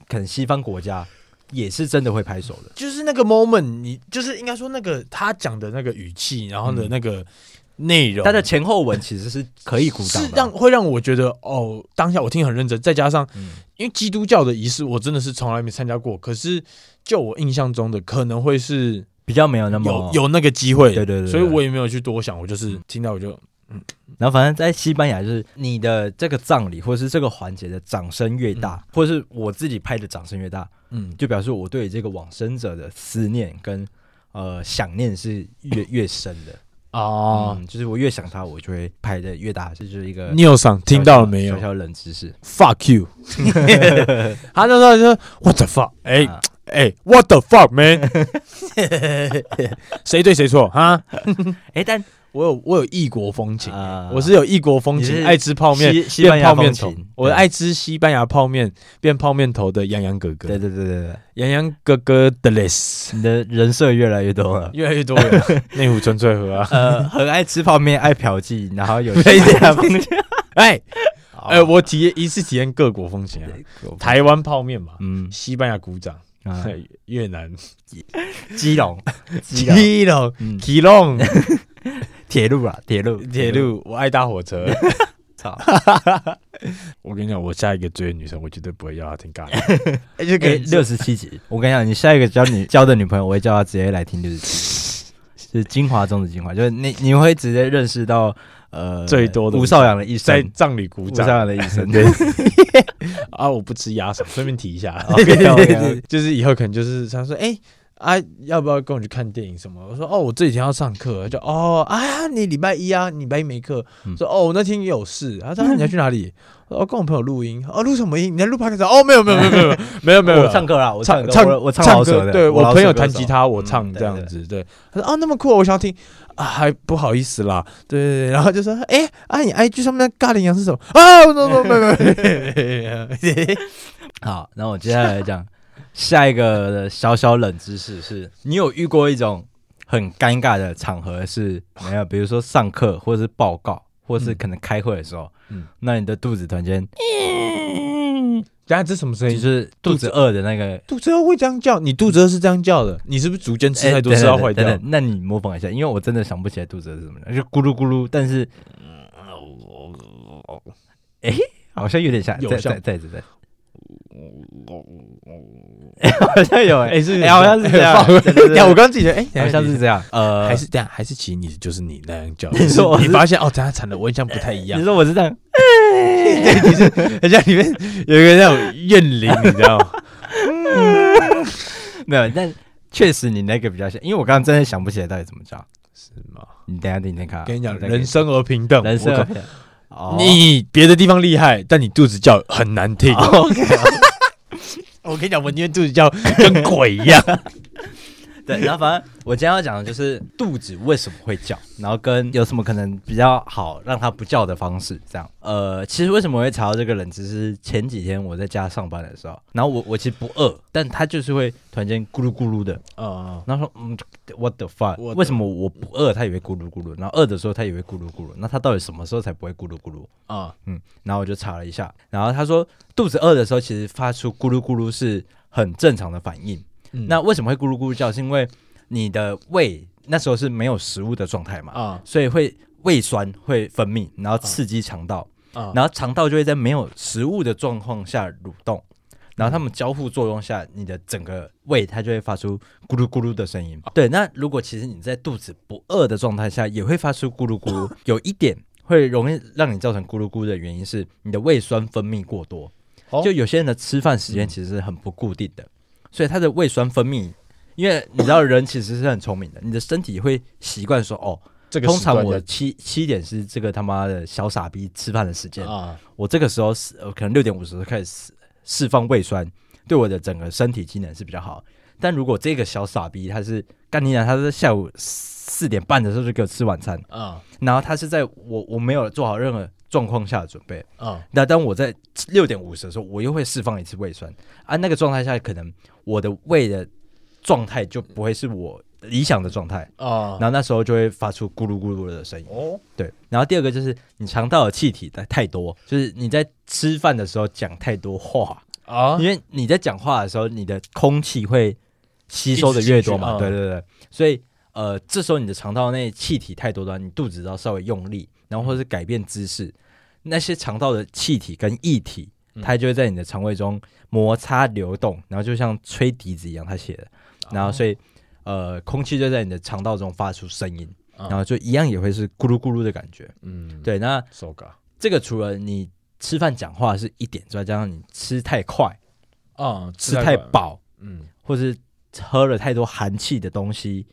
[SPEAKER 1] 可能西方国家也是真的会拍手的。
[SPEAKER 2] 就是那个 moment，你就是应该说那个他讲的那个语气，然后的
[SPEAKER 1] 嗯
[SPEAKER 2] 那个内容，
[SPEAKER 1] 他的前后文其实是可以鼓掌
[SPEAKER 2] 是
[SPEAKER 1] 的
[SPEAKER 2] 让
[SPEAKER 1] 啊，
[SPEAKER 2] 会让我觉得哦，当下我听很认真，再加上、
[SPEAKER 1] 嗯
[SPEAKER 2] 因为基督教的仪式我真的是从来没参加过，可是就我印象中的可能会是
[SPEAKER 1] 比较没有那么
[SPEAKER 2] 有。有那个机会，
[SPEAKER 1] 对对对对
[SPEAKER 2] 所以我也没有去多想，我就是听到我就
[SPEAKER 1] 然后反正在西班牙，就是你的这个葬礼或是这个环节的掌声越大，或是我自己拍的掌声越大，
[SPEAKER 2] 嗯
[SPEAKER 1] 就表示我对这个往生者的思念跟呃想念是越越深的。
[SPEAKER 2] 啊
[SPEAKER 1] 哦、，就是我越想他，我就会拍的越大，这就是一个
[SPEAKER 2] 嗯你有上听到了没有
[SPEAKER 1] 小小冷知识。
[SPEAKER 2] ？Fuck you！他那时候就说 What the fuck？哎、
[SPEAKER 1] 啊
[SPEAKER 2] 哎、w h a t the fuck man？谁对谁错哈？
[SPEAKER 1] 哎，但
[SPEAKER 2] 我有我有异国风情欸、
[SPEAKER 1] 啊
[SPEAKER 2] 我是有异国风
[SPEAKER 1] 你
[SPEAKER 2] 情，
[SPEAKER 1] 是
[SPEAKER 2] 爱吃泡面
[SPEAKER 1] 西西班
[SPEAKER 2] 变
[SPEAKER 1] 牙
[SPEAKER 2] 泡
[SPEAKER 1] 风
[SPEAKER 2] 面头
[SPEAKER 1] 情，，
[SPEAKER 2] 我
[SPEAKER 1] 对
[SPEAKER 2] 爱吃西班牙泡面变泡面头的洋洋哥哥
[SPEAKER 1] 对，对对对对，
[SPEAKER 2] 洋洋哥哥的 less
[SPEAKER 1] 你的人设越来越多了。
[SPEAKER 2] 越来越多了， 内湖纯粹河啊，
[SPEAKER 1] 呃，很爱吃泡面，爱嫖妓，然后有西班牙风情。
[SPEAKER 2] 哎哎、
[SPEAKER 1] 好，
[SPEAKER 2] 我体验一次体验各国风情啊，台湾泡面嘛，
[SPEAKER 1] 嗯，
[SPEAKER 2] 西班牙鼓掌，
[SPEAKER 1] 啊
[SPEAKER 2] 越南
[SPEAKER 1] 基隆，基隆，
[SPEAKER 2] 基隆
[SPEAKER 1] 嗯，
[SPEAKER 2] 基隆
[SPEAKER 1] 铁路啊，铁路，
[SPEAKER 2] 铁， 路，我爱搭火车。
[SPEAKER 1] 操，
[SPEAKER 2] 我跟你讲，我下一个追的女生，我绝对不会要她听尬聊。
[SPEAKER 1] 哎，就
[SPEAKER 2] 给
[SPEAKER 1] 六十七集。我跟你讲，你下一个交女交的女朋友，我会叫她直接来听六十 七，是精华中的精华，就是你你会直接认识到呃
[SPEAKER 2] 最多的
[SPEAKER 1] 吴少阳的一
[SPEAKER 2] 在
[SPEAKER 1] 生，
[SPEAKER 2] 葬礼鼓
[SPEAKER 1] 吴
[SPEAKER 2] 掌
[SPEAKER 1] 少阳的一 生，对，
[SPEAKER 2] 啊！我不吃鸭肠，顺便提一 下
[SPEAKER 1] 哦对对对，
[SPEAKER 2] 就是以后可能就是他说，哎、啊，要不要跟我去看电影什么？我说哦，我这几天要上课，他就哦啊，你礼拜一啊，你礼拜一没课。
[SPEAKER 1] 嗯
[SPEAKER 2] 说哦，我那天也有事。然后他说啊你要去哪里？我说哦，跟我朋友录音。哦，录什么音？你在录 p o d 哦，没有没有没有没有没有没有没 有
[SPEAKER 1] 我唱歌啦，我
[SPEAKER 2] 唱
[SPEAKER 1] 歌
[SPEAKER 2] 唱
[SPEAKER 1] 我我唱
[SPEAKER 2] 唱
[SPEAKER 1] 老舍
[SPEAKER 2] 歌，
[SPEAKER 1] 的，
[SPEAKER 2] 对
[SPEAKER 1] 我
[SPEAKER 2] 我
[SPEAKER 1] 老
[SPEAKER 2] 朋友
[SPEAKER 1] 舍歌
[SPEAKER 2] 弹
[SPEAKER 1] 手
[SPEAKER 2] 吉，他，我
[SPEAKER 1] 嗯
[SPEAKER 2] 唱
[SPEAKER 1] 对
[SPEAKER 2] 这样
[SPEAKER 1] 对
[SPEAKER 2] 子，对。他说啊，那么酷，我想要听啊，还不好意思啦，对对对。然后就说，哎，啊，你 IG 上面的尬羚羊是什么？啊，我我我没有没有。
[SPEAKER 1] 好，那我接下来讲下一个的小小冷知识是，你有遇过一种很尴尬的场合是没有，比如说上课或者是报告，或是可能开会的时候，
[SPEAKER 2] 嗯
[SPEAKER 1] 那你的肚子突然间
[SPEAKER 2] 等下这什么声
[SPEAKER 1] 就
[SPEAKER 2] 音？
[SPEAKER 1] 是肚子饿的那个，
[SPEAKER 2] 肚子饿会这样叫？你肚子饿是这样叫的？你是不是逐渐吃
[SPEAKER 1] 哎
[SPEAKER 2] 太多
[SPEAKER 1] 等
[SPEAKER 2] 吃
[SPEAKER 1] 等
[SPEAKER 2] 到坏
[SPEAKER 1] 等
[SPEAKER 2] 掉
[SPEAKER 1] 等？那你模仿一下，因为我真的想不起来肚子饿是什么了，就咕噜咕噜，但是，
[SPEAKER 2] 嗯
[SPEAKER 1] 哎、好像有点像，
[SPEAKER 2] 哦有
[SPEAKER 1] 再
[SPEAKER 2] 像哦
[SPEAKER 1] 再再再再， 好像有、哎，
[SPEAKER 2] 哎，是
[SPEAKER 1] 哎好像是这 样 对对对对
[SPEAKER 2] 哎，我刚刚自己 觉得，哎，
[SPEAKER 1] 好像是这样，呃，
[SPEAKER 2] 还是这样，还是其实你就是你那样叫。
[SPEAKER 1] 你说我
[SPEAKER 2] 你
[SPEAKER 1] 是
[SPEAKER 2] 发现哦，等下惨了，我印象不太一样
[SPEAKER 1] 你。说我是这样，
[SPEAKER 2] 对，你是人家里面有一个那种怨灵，你知道吗？
[SPEAKER 1] 没有，但确实你那个比较像，因为我刚刚真的想不起来到底怎么叫。
[SPEAKER 2] 是吗？
[SPEAKER 1] 你等一下听听看啊。
[SPEAKER 2] 跟你讲，
[SPEAKER 1] 我再给
[SPEAKER 2] 人生而平等，
[SPEAKER 1] 人生
[SPEAKER 2] 我
[SPEAKER 1] 而
[SPEAKER 2] 靠。
[SPEAKER 1] 平哦
[SPEAKER 2] 你别的地方厉害，但你肚子叫很难听。
[SPEAKER 1] 哦 OK，
[SPEAKER 2] 我跟你讲，我宁愿肚子叫跟 鬼一样。
[SPEAKER 1] 对，然后反正我今天要讲的就是肚子为什么会叫，然后跟有什么可能比较好让它不叫的方式，这样。呃，其实为什么我会查到这个冷知识？前几天我在家上班的时候，然后我我其实不饿，但它就是会突然间咕噜咕噜的，
[SPEAKER 2] 啊，
[SPEAKER 1] 然后说嗯，what the fuck？
[SPEAKER 2] What the-
[SPEAKER 1] 为什么我不饿它也会咕噜咕噜，然后饿的时候它也会咕噜咕噜？那它到底什么时候才不会咕噜咕噜？
[SPEAKER 2] 啊，
[SPEAKER 1] 嗯，然后我就查了一下，然后他说肚子饿的时候，其实发出咕噜咕噜是很正常的反应。
[SPEAKER 2] 嗯
[SPEAKER 1] 那为什么会咕噜咕噜叫？是因为你的胃那时候是没有食物的状态嘛，
[SPEAKER 2] 啊
[SPEAKER 1] 所以会胃酸会分泌，然后刺激肠道，
[SPEAKER 2] 啊，
[SPEAKER 1] 然后肠道就会在没有食物的状况下蠕动，然后它们交互作用下，你的整个胃它就会发出咕噜咕噜的声音。对，那如果其实你在肚子不饿的状态下，也会发出咕噜咕 噜。有一点会容易让你造成咕噜咕噜的原因是你的胃酸分泌过多。
[SPEAKER 2] 哦
[SPEAKER 1] 就有些人的吃饭时间其实是很不固定的，所以他的胃酸分泌。因为你知道，人其实是很聪明的，你的身体会习惯说，哦，
[SPEAKER 2] 这个
[SPEAKER 1] 通常
[SPEAKER 2] 时
[SPEAKER 1] 我
[SPEAKER 2] 段
[SPEAKER 1] 七七点是这个他妈的小傻逼吃饭的时间
[SPEAKER 2] 要，啊，
[SPEAKER 1] 我这个时候是呃可能六点五十开始释释放胃酸，对我的整个身体机能是比较好。但如果这个小傻逼他是干你娘，他是下午四点半的时候就给我吃晚餐，
[SPEAKER 2] 啊
[SPEAKER 1] 然后他是在我我没有做好任何状况下的准备，
[SPEAKER 2] 啊，
[SPEAKER 1] 那当我在六点五十的时候，我又会释放一次胃酸啊，那个状态下可能我的胃的状态就不会是我理想的状态，
[SPEAKER 2] 啊
[SPEAKER 1] 然，后那时候就会发出咕噜咕噜的声音。
[SPEAKER 2] 哦，
[SPEAKER 1] 对，然后第二个就是你肠道的气体太太多，就是你在吃饭的时候讲太多话，
[SPEAKER 2] 啊
[SPEAKER 1] 因为你在讲话的时候，你的空气会吸收的越多嘛，
[SPEAKER 2] 一
[SPEAKER 1] 对
[SPEAKER 2] 直进去嗯
[SPEAKER 1] 对对，所以呃，这时候你的肠道内气体太多的话，你肚子要稍微用力，然后或是改变姿势，那些肠道的气体跟液体，
[SPEAKER 2] 嗯
[SPEAKER 1] 它就会在你的肠胃中摩擦流动，然后就像吹笛子一样，他写的，
[SPEAKER 2] 哦
[SPEAKER 1] 然后所以呃，空气就在你的肠道中发出声音，
[SPEAKER 2] 嗯
[SPEAKER 1] 然后就一样也会是咕噜咕噜的感觉。
[SPEAKER 2] 嗯，
[SPEAKER 1] 对，那
[SPEAKER 2] 手嘎
[SPEAKER 1] 这个除了你吃饭讲话是一点之外，加上你吃太快、
[SPEAKER 2] 啊，
[SPEAKER 1] 吃太，饱，
[SPEAKER 2] 嗯，
[SPEAKER 1] 或是喝了太多寒气的东西，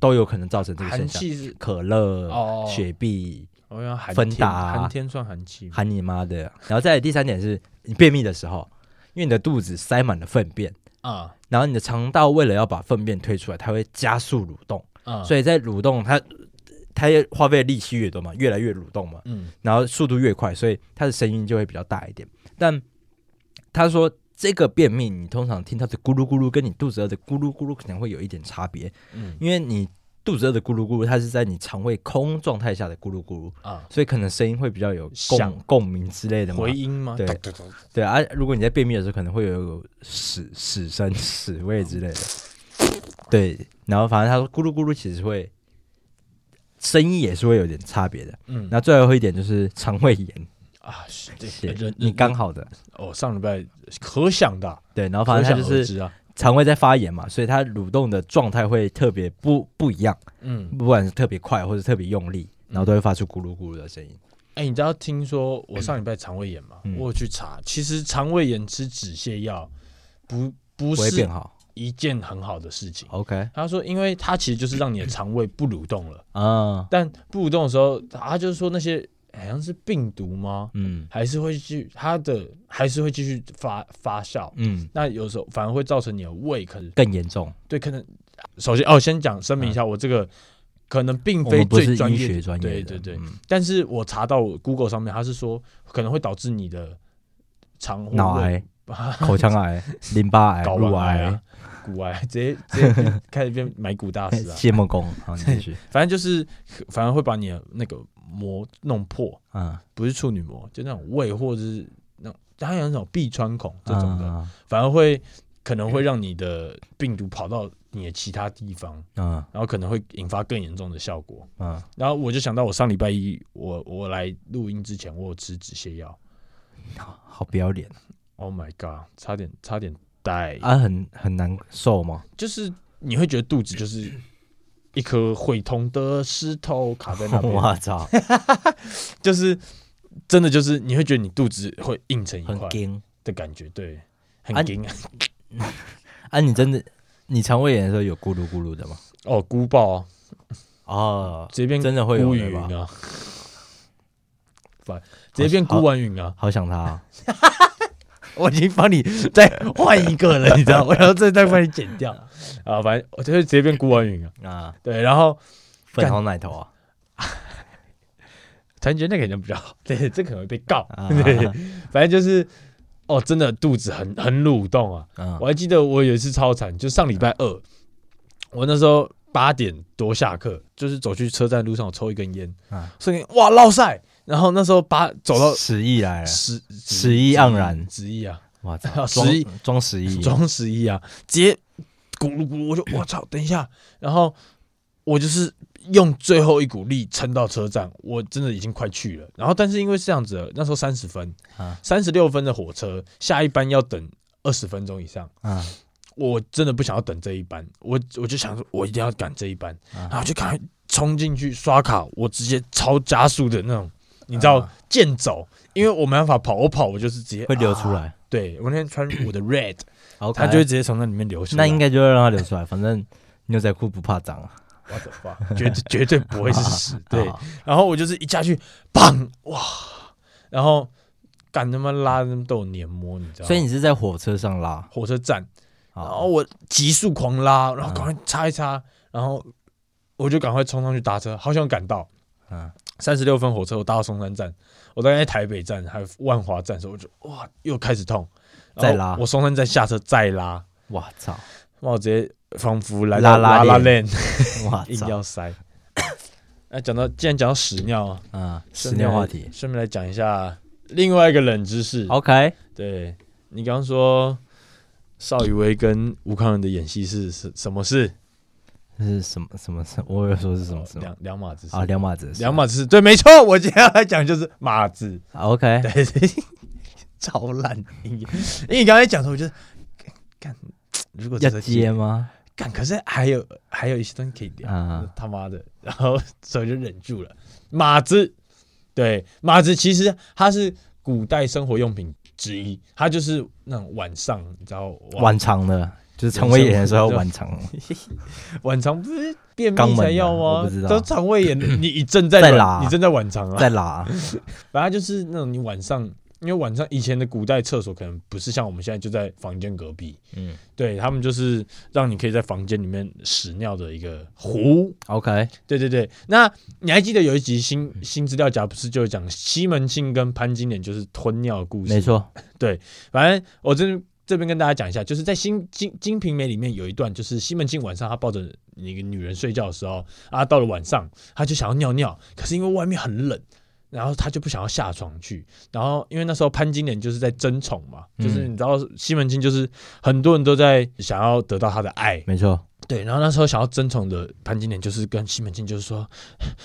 [SPEAKER 1] 都有可能造成这个
[SPEAKER 2] 寒
[SPEAKER 1] 现象。呃
[SPEAKER 2] 气是
[SPEAKER 1] 可乐、
[SPEAKER 2] 哦
[SPEAKER 1] 雪碧，
[SPEAKER 2] 我要寒
[SPEAKER 1] 芬
[SPEAKER 2] 天
[SPEAKER 1] 达啊
[SPEAKER 2] 寒天算寒气吗？
[SPEAKER 1] 喊你妈的！然后再来第三点是，你便秘的时候，因为你的肚子塞满了粪便，
[SPEAKER 2] 啊
[SPEAKER 1] 然后你的肠道为了要把粪便推出来，它会加速蠕动，
[SPEAKER 2] 啊，
[SPEAKER 1] 所以在蠕动它。它也花费的力气越多嘛，越来越蠕动嘛，
[SPEAKER 2] 嗯，
[SPEAKER 1] 然后速度越快，所以它的声音就会比较大一点。但他说这个便秘，你通常听它的咕噜咕噜，跟你肚子饿的咕噜咕噜可能会有一点差别，
[SPEAKER 2] 嗯
[SPEAKER 1] 因为你肚子饿的咕噜咕噜，它是在你肠胃空状态下的咕噜咕噜，
[SPEAKER 2] 啊，
[SPEAKER 1] 所以可能声音会比较有
[SPEAKER 2] 响
[SPEAKER 1] 共共鸣之类的嘛
[SPEAKER 2] 回。音吗？
[SPEAKER 1] 对
[SPEAKER 2] 咚咚咚
[SPEAKER 1] 对啊，如果你在便秘的时候，可能会有屎屎声、屎味之类的。
[SPEAKER 2] 嗯
[SPEAKER 1] 对，然后反正他说咕噜咕噜其实会声音也是会有点差别的。
[SPEAKER 2] 嗯
[SPEAKER 1] 那最后一点就是肠胃炎，
[SPEAKER 2] 啊，是对
[SPEAKER 1] 谢
[SPEAKER 2] 人
[SPEAKER 1] 你刚好的。
[SPEAKER 2] 哦，上礼拜可想的啊，
[SPEAKER 1] 对，然后
[SPEAKER 2] 可
[SPEAKER 1] 反正
[SPEAKER 2] 想
[SPEAKER 1] 它就
[SPEAKER 2] 而
[SPEAKER 1] 是
[SPEAKER 2] 知啊，
[SPEAKER 1] 肠胃在发炎嘛，所以它蠕动的状态会特别不不一样，
[SPEAKER 2] 嗯，
[SPEAKER 1] 不管是特别快或者特别用力，然后都会发出咕噜咕噜的声音。
[SPEAKER 2] 哎、你知道听说我上礼拜肠胃炎嘛？
[SPEAKER 1] 嗯
[SPEAKER 2] 我有去查，其实肠胃炎吃止泻药不
[SPEAKER 1] 不
[SPEAKER 2] 不
[SPEAKER 1] 会
[SPEAKER 2] 是
[SPEAKER 1] 变好
[SPEAKER 2] 一件很好的事情。
[SPEAKER 1] ，OK，
[SPEAKER 2] 他说，因为它其实就是让你的肠胃不蠕动了，
[SPEAKER 1] 啊，
[SPEAKER 2] 但不蠕动的时候，他就是说那些哎好像是病毒吗？
[SPEAKER 1] 嗯
[SPEAKER 2] 还是会去它的还是会继续发发酵。
[SPEAKER 1] 嗯，
[SPEAKER 2] 那有时候反而会造成你的胃可能
[SPEAKER 1] 更严重。
[SPEAKER 2] 对，可能首先哦，先讲声明一下，我这个可能并
[SPEAKER 1] 嗯我
[SPEAKER 2] 非
[SPEAKER 1] 们不
[SPEAKER 2] 最
[SPEAKER 1] 是
[SPEAKER 2] 专
[SPEAKER 1] 医
[SPEAKER 2] 业
[SPEAKER 1] 学
[SPEAKER 2] 的
[SPEAKER 1] 专业
[SPEAKER 2] 对
[SPEAKER 1] 的，
[SPEAKER 2] 对对。
[SPEAKER 1] 嗯
[SPEAKER 2] 但是我查到我 Google 上面，它是说可能会导致你的肠或
[SPEAKER 1] 脑
[SPEAKER 2] 胃
[SPEAKER 1] 癌、口腔癌、淋巴癌、
[SPEAKER 2] 睾
[SPEAKER 1] 乳
[SPEAKER 2] 丸
[SPEAKER 1] 癌、
[SPEAKER 2] 啊、骨癌，直接直接变开始变买骨大 师啊。
[SPEAKER 1] 谢梦工，好，你继续。
[SPEAKER 2] 反正就是，反而会把你的那个膜弄破，
[SPEAKER 1] 嗯，
[SPEAKER 2] 不是处女膜，就那种胃或者是那种，它有那种壁穿孔这种的，
[SPEAKER 1] 嗯，
[SPEAKER 2] 反而会可能会让你的病毒跑到你的其他地方，
[SPEAKER 1] 嗯
[SPEAKER 2] 然后可能会引发更严重的效果。
[SPEAKER 1] 嗯，
[SPEAKER 2] 然后我就想到，我上礼拜一我我来录音之前，我有吃止泻药。
[SPEAKER 1] 好好不要脸
[SPEAKER 2] Oh my god，差点差点呆，
[SPEAKER 1] 啊，很很难受吗？
[SPEAKER 2] 就是你会觉得肚子就是一颗会痛的石头卡 在 那边，
[SPEAKER 1] 我操，
[SPEAKER 2] 就是真的就是你会觉得你肚子会硬成一
[SPEAKER 1] 很
[SPEAKER 2] 块
[SPEAKER 1] 惊
[SPEAKER 2] 的感觉，对，
[SPEAKER 1] 啊
[SPEAKER 2] 很硬。
[SPEAKER 1] 啊！你真的，你肠胃炎的时候有咕噜咕噜的吗？
[SPEAKER 2] 哦，菇爆啊，
[SPEAKER 1] 哦，
[SPEAKER 2] 直接变
[SPEAKER 1] 真的会有
[SPEAKER 2] 菇
[SPEAKER 1] 的
[SPEAKER 2] 云
[SPEAKER 1] 吧
[SPEAKER 2] 啊，反直接变菇丸云啊。
[SPEAKER 1] 好想他哦、
[SPEAKER 2] 我已经帮你再换一个了，你知道，我要再再帮你剪 掉啊，反正我就是直接变孤儿云了。
[SPEAKER 1] 啊，
[SPEAKER 2] 对，然后
[SPEAKER 1] 粉红奶头啊，
[SPEAKER 2] 团结那个可能比较 好，对，这可能会被告。
[SPEAKER 1] 啊
[SPEAKER 2] 对，反正就是哦，真的肚子很很蠕动啊。
[SPEAKER 1] 嗯
[SPEAKER 2] 我还记得我有一次超惨，就上礼拜二，我那时候八点多下课，就是走去车站路上，我抽一根烟，
[SPEAKER 1] 啊，
[SPEAKER 2] 所以哇，落晒。然后那时候八走到
[SPEAKER 1] 十亿来了，
[SPEAKER 2] 十
[SPEAKER 1] 十一盎然
[SPEAKER 2] 十一啊，
[SPEAKER 1] 哇操，
[SPEAKER 2] 十
[SPEAKER 1] 装
[SPEAKER 2] 亿
[SPEAKER 1] 装十亿，
[SPEAKER 2] 装十一啊，直接咕噜咕噜，我就我操，等一下，然后我就是用最后一股力撑到车站，我真的已经快去了。然后但是因为是这样子的，那时候三十分
[SPEAKER 1] 啊，
[SPEAKER 2] 三十六分的火车，下一班要等二十分钟以上。
[SPEAKER 1] 啊
[SPEAKER 2] 我真的不想要等这一班，我我就想说，我一定要赶这一班，
[SPEAKER 1] 啊
[SPEAKER 2] 然后就赶快冲进去刷卡，我直接超加速的那种，你知道
[SPEAKER 1] 啊
[SPEAKER 2] 健走，因为我没办法跑，我跑我就是直接
[SPEAKER 1] 会流出
[SPEAKER 2] 啊
[SPEAKER 1] 来。
[SPEAKER 2] 对我那天穿我的 red，
[SPEAKER 1] OK，
[SPEAKER 2] 它就会直接从那里面流出来。
[SPEAKER 1] 那应该就会让它流出来，反正牛仔裤不怕脏啊。
[SPEAKER 2] 我的 妈，绝对绝对不会是屎。对，
[SPEAKER 1] 啊
[SPEAKER 2] 然后我就是一下去，砰哇，然后干他妈拉那么都有黏膜，你知道吗？
[SPEAKER 1] 所以你是在火车上拉，
[SPEAKER 2] 火车站，然后
[SPEAKER 1] 哦，
[SPEAKER 2] 我急速狂拉，然后赶快擦
[SPEAKER 1] 啊
[SPEAKER 2] 一擦，然后我就赶快冲上去搭车，好想赶到。
[SPEAKER 1] 嗯
[SPEAKER 2] 三十六分火车，我搭到松山站，我大概在台北站还有万华站的时候，我就哇又开始痛，然后
[SPEAKER 1] 再拉
[SPEAKER 2] 我松山站下车再拉，
[SPEAKER 1] 我操，
[SPEAKER 2] 哇我直接仿佛来
[SPEAKER 1] 拉
[SPEAKER 2] 到
[SPEAKER 1] 拉
[SPEAKER 2] 拉拉
[SPEAKER 1] 链
[SPEAKER 2] 链，
[SPEAKER 1] 我
[SPEAKER 2] 硬
[SPEAKER 1] 操，
[SPEAKER 2] 要塞。那讲到既然讲到屎尿啊，
[SPEAKER 1] 嗯，十
[SPEAKER 2] 顺便
[SPEAKER 1] 年
[SPEAKER 2] 来
[SPEAKER 1] 话题。
[SPEAKER 2] 顺便来讲一下另外一个冷知识。
[SPEAKER 1] OK，
[SPEAKER 2] 对你刚刚说邵雨薇跟吴康仁的演戏是是什么事？
[SPEAKER 1] 这是什么什么事？我有说是什么事吗？
[SPEAKER 2] 哦两两码子事
[SPEAKER 1] 啊，两码子，
[SPEAKER 2] 两码子事对，没错，我今天要来讲就是码 子，
[SPEAKER 1] 啊，OK，
[SPEAKER 2] 对，超烂。因为你刚才讲的时候，我就是干，如果
[SPEAKER 1] 要
[SPEAKER 2] 这个
[SPEAKER 1] 接啊吗？
[SPEAKER 2] 干，可是还有还有一些东西可以聊，
[SPEAKER 1] 啊
[SPEAKER 2] 他妈的，然后所以就忍住了。马子，对，马子其实它是古代生活用品之一，它就是那种晚上，你知道晚
[SPEAKER 1] 晚肠的，就是肠胃炎的时候要晚肠，
[SPEAKER 2] 晚肠不是便
[SPEAKER 1] 肛
[SPEAKER 2] 秘
[SPEAKER 1] 门啊
[SPEAKER 2] 才要
[SPEAKER 1] 我
[SPEAKER 2] 吗
[SPEAKER 1] 不知？道
[SPEAKER 2] 都肠胃炎，你你正在
[SPEAKER 1] 在
[SPEAKER 2] 晚
[SPEAKER 1] 拉
[SPEAKER 2] 你正在晚肠啊，
[SPEAKER 1] 再拉，
[SPEAKER 2] 反正就是那种你晚上因为晚上以前的古代厕所可能不是像我们现在就在房间隔壁，
[SPEAKER 1] 嗯
[SPEAKER 2] 对他们就是让你可以在房间里面屎尿的一个湖。
[SPEAKER 1] ，OK，
[SPEAKER 2] 对对对，那你还记得有一集新新资料夹不是就有讲西门庆跟潘金莲就是吞尿的故事？
[SPEAKER 1] 没错，
[SPEAKER 2] 反正我这这边跟大家讲一下，就是在新《金金瓶梅》里面有一段，就是西门庆晚上他抱着一个女人睡觉的时候啊，到了晚上他就想要尿尿，可是因为外面很冷。然后他就不想要下床去，然后因为那时候潘金莲就是在争宠嘛，
[SPEAKER 1] 嗯
[SPEAKER 2] 就是你知道西门庆就是很多人都在想要得到他的爱，
[SPEAKER 1] 没错，
[SPEAKER 2] 对，然后那时候想要争宠的潘金莲就是跟西门庆就是说，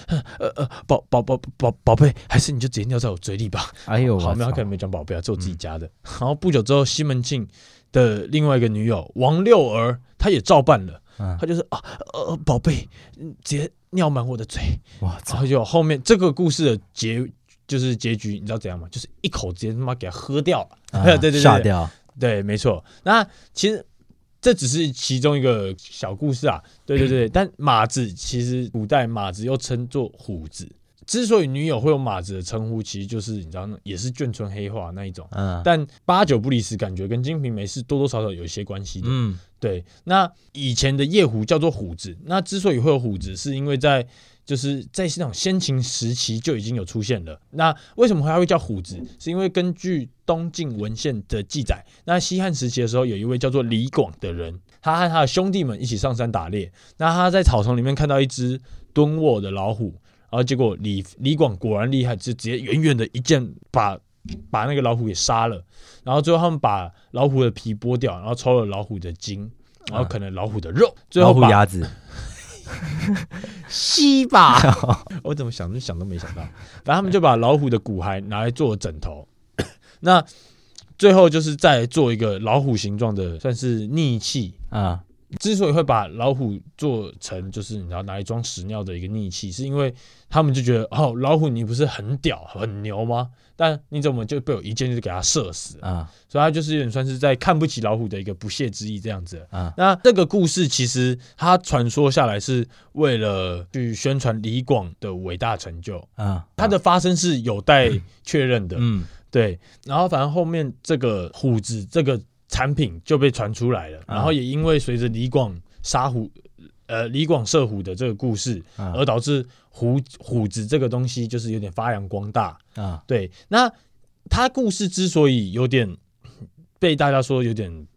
[SPEAKER 2] 呃呃宝宝宝宝宝贝，还是你就直接尿在我嘴里吧，
[SPEAKER 1] 哎呦，
[SPEAKER 2] 好，
[SPEAKER 1] 我
[SPEAKER 2] 没有，他
[SPEAKER 1] 操嗯
[SPEAKER 2] 可能没讲宝贝啊，是我自己家的。然后不久之后，西门庆的另外一个女友王六儿，她也照办了，
[SPEAKER 1] 嗯
[SPEAKER 2] 她，就是啊，呃，宝贝，嗯直接尿满我的嘴。
[SPEAKER 1] 哇
[SPEAKER 2] 然
[SPEAKER 1] 操，
[SPEAKER 2] 后就后面这个故事的结就是结局，你知道怎样吗？就是一口直接他妈给他喝掉了。
[SPEAKER 1] 啊
[SPEAKER 2] 对对对
[SPEAKER 1] 吓
[SPEAKER 2] 对
[SPEAKER 1] 掉，
[SPEAKER 2] 对，没错。那其实这只是其中一个小故事啊。对对对，但马子其实古代马子又称作虎子。之所以女友会有马子的称呼，其实就是你知道，那也是眷村黑化那一种。
[SPEAKER 1] 嗯
[SPEAKER 2] 但八九不离十，感觉跟《金瓶梅》是多多少少有一些关系的。
[SPEAKER 1] 嗯
[SPEAKER 2] 对，那以前的夜壶叫做虎子，那之所以会有虎子，是因为在就是在那种先秦时期就已经有出现了。那为什么还会叫虎子？是因为根据东晋文献的记载，那西汉时期的时候，有一位叫做李广的人，他和他的兄弟们一起上山打猎，那他在草丛里面看到一只蹲卧的老虎，然后结果李李广果然厉害，就直接远远的一剑把把那个老虎给杀了。然后最后他们把老虎的皮剥掉，然后抽了老虎的筋，然后可能老虎的肉，最后
[SPEAKER 1] 老虎
[SPEAKER 2] 把
[SPEAKER 1] 牙子，
[SPEAKER 2] 吸吧。 我怎么想都想都没想到，反正他们就把老虎的骨骸拿来做枕头。 那最后就是再做一个老虎形状的，算是逆器。
[SPEAKER 1] 嗯
[SPEAKER 2] 之所以会把老虎做成就是你知道拿来装屎尿的一个逆器，是因为他们就觉得哦，老虎你不是很屌很牛吗？但你怎么就被我一箭就给它射死了？
[SPEAKER 1] 嗯
[SPEAKER 2] 所以他就是有点算是在看不起老虎的一个不屑之意这样子。
[SPEAKER 1] 嗯
[SPEAKER 2] 那这个故事其实它传说下来是为了去宣传李广的伟大成就，
[SPEAKER 1] 嗯，
[SPEAKER 2] 它的发生是有待确认的。
[SPEAKER 1] 嗯
[SPEAKER 2] 对，然后反正后面这个虎子这个产品就被传出来了，
[SPEAKER 1] 啊
[SPEAKER 2] 然后也因为随着李广杀虎，呃，李广射虎的这个故事，
[SPEAKER 1] 嗯
[SPEAKER 2] 而导致虎虎子这个东西就是有点发扬光大。
[SPEAKER 1] 嗯
[SPEAKER 2] 对，那他故事之所以有点被大家说有点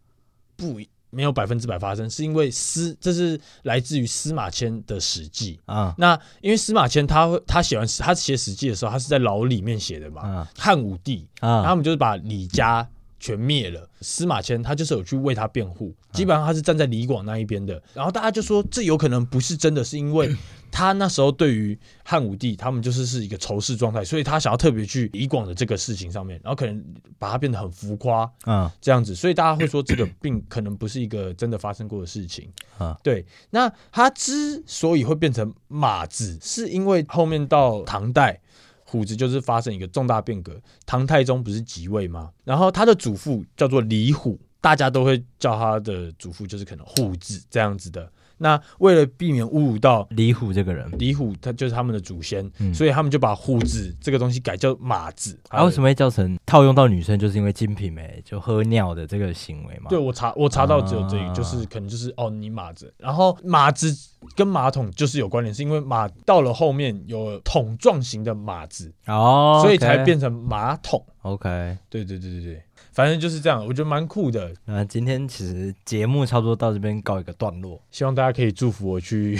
[SPEAKER 2] 不没有百分之百发生，是因为司这是来自于司马迁的《史记》。
[SPEAKER 1] 嗯
[SPEAKER 2] 那因为司马迁他会他写完他写《史记》的时候，他是在牢里面写的嘛，
[SPEAKER 1] 嗯
[SPEAKER 2] 汉武帝他
[SPEAKER 1] 嗯，
[SPEAKER 2] 们就是把李家全灭了。司马迁他就是有去为他辩护，基本上他是站在李广那一边的。然后大家就说这有可能不是真的，是因为他那时候对于汉武帝他们就是是一个仇视状态，所以他想要特别去李广的这个事情上面，然后可能把它变得很浮夸
[SPEAKER 1] 嗯
[SPEAKER 2] 这样子，所以大家会说这个 并可能不是一个真的发生过的事情。
[SPEAKER 1] 啊
[SPEAKER 2] 对，那他之所以会变成马子，是因为后面到唐代，虎子就是发生一个重大变革。唐太宗不是即位吗？然后他的祖父叫做李虎，大家都会叫他的祖父就是可能虎子这样子的。那为了避免侮辱到
[SPEAKER 1] 李虎这个人，
[SPEAKER 2] 李虎，他就是他们的祖先，
[SPEAKER 1] 嗯
[SPEAKER 2] 所以他们就把虎子这个东西改叫马子。
[SPEAKER 1] 啊，为什
[SPEAKER 2] 么？
[SPEAKER 1] 么会造成套用到女生，就是因为《金瓶梅》就喝尿的这个行为嘛？
[SPEAKER 2] 对，我查我查到只有这个，
[SPEAKER 1] 啊
[SPEAKER 2] 就是可能就是哦，你马子，然后马子跟马桶就是有关联，是因为马到了后面有桶状型的马子，
[SPEAKER 1] 哦，
[SPEAKER 2] 所以才变成马桶。
[SPEAKER 1] OK。
[SPEAKER 2] 对对对对对，反正就是这样，我觉得蛮酷的。
[SPEAKER 1] 那今天其实节目差不多到这边告一个段落
[SPEAKER 2] 希望大家可以祝福我去、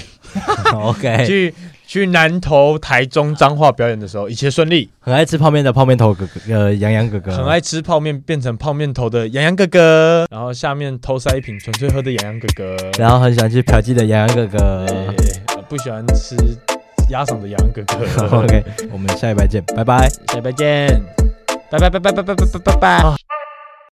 [SPEAKER 1] ，OK。
[SPEAKER 2] 去去南投、台中、彰化表演的时候一切顺利。
[SPEAKER 1] 很爱吃泡面的泡面头哥哥，呃，洋洋哥哥，
[SPEAKER 2] 很爱吃泡面变成泡面头的洋洋哥哥，然后下面偷塞一瓶纯粹喝的洋洋哥 哥，
[SPEAKER 1] 然后很喜欢吃嫖妓的洋洋哥 哥。
[SPEAKER 2] 呃不喜欢吃鸭嗓的洋洋哥哥。
[SPEAKER 1] OK，我们下一拜见，拜拜。
[SPEAKER 2] 下礼拜见，拜拜拜拜拜拜拜拜拜拜。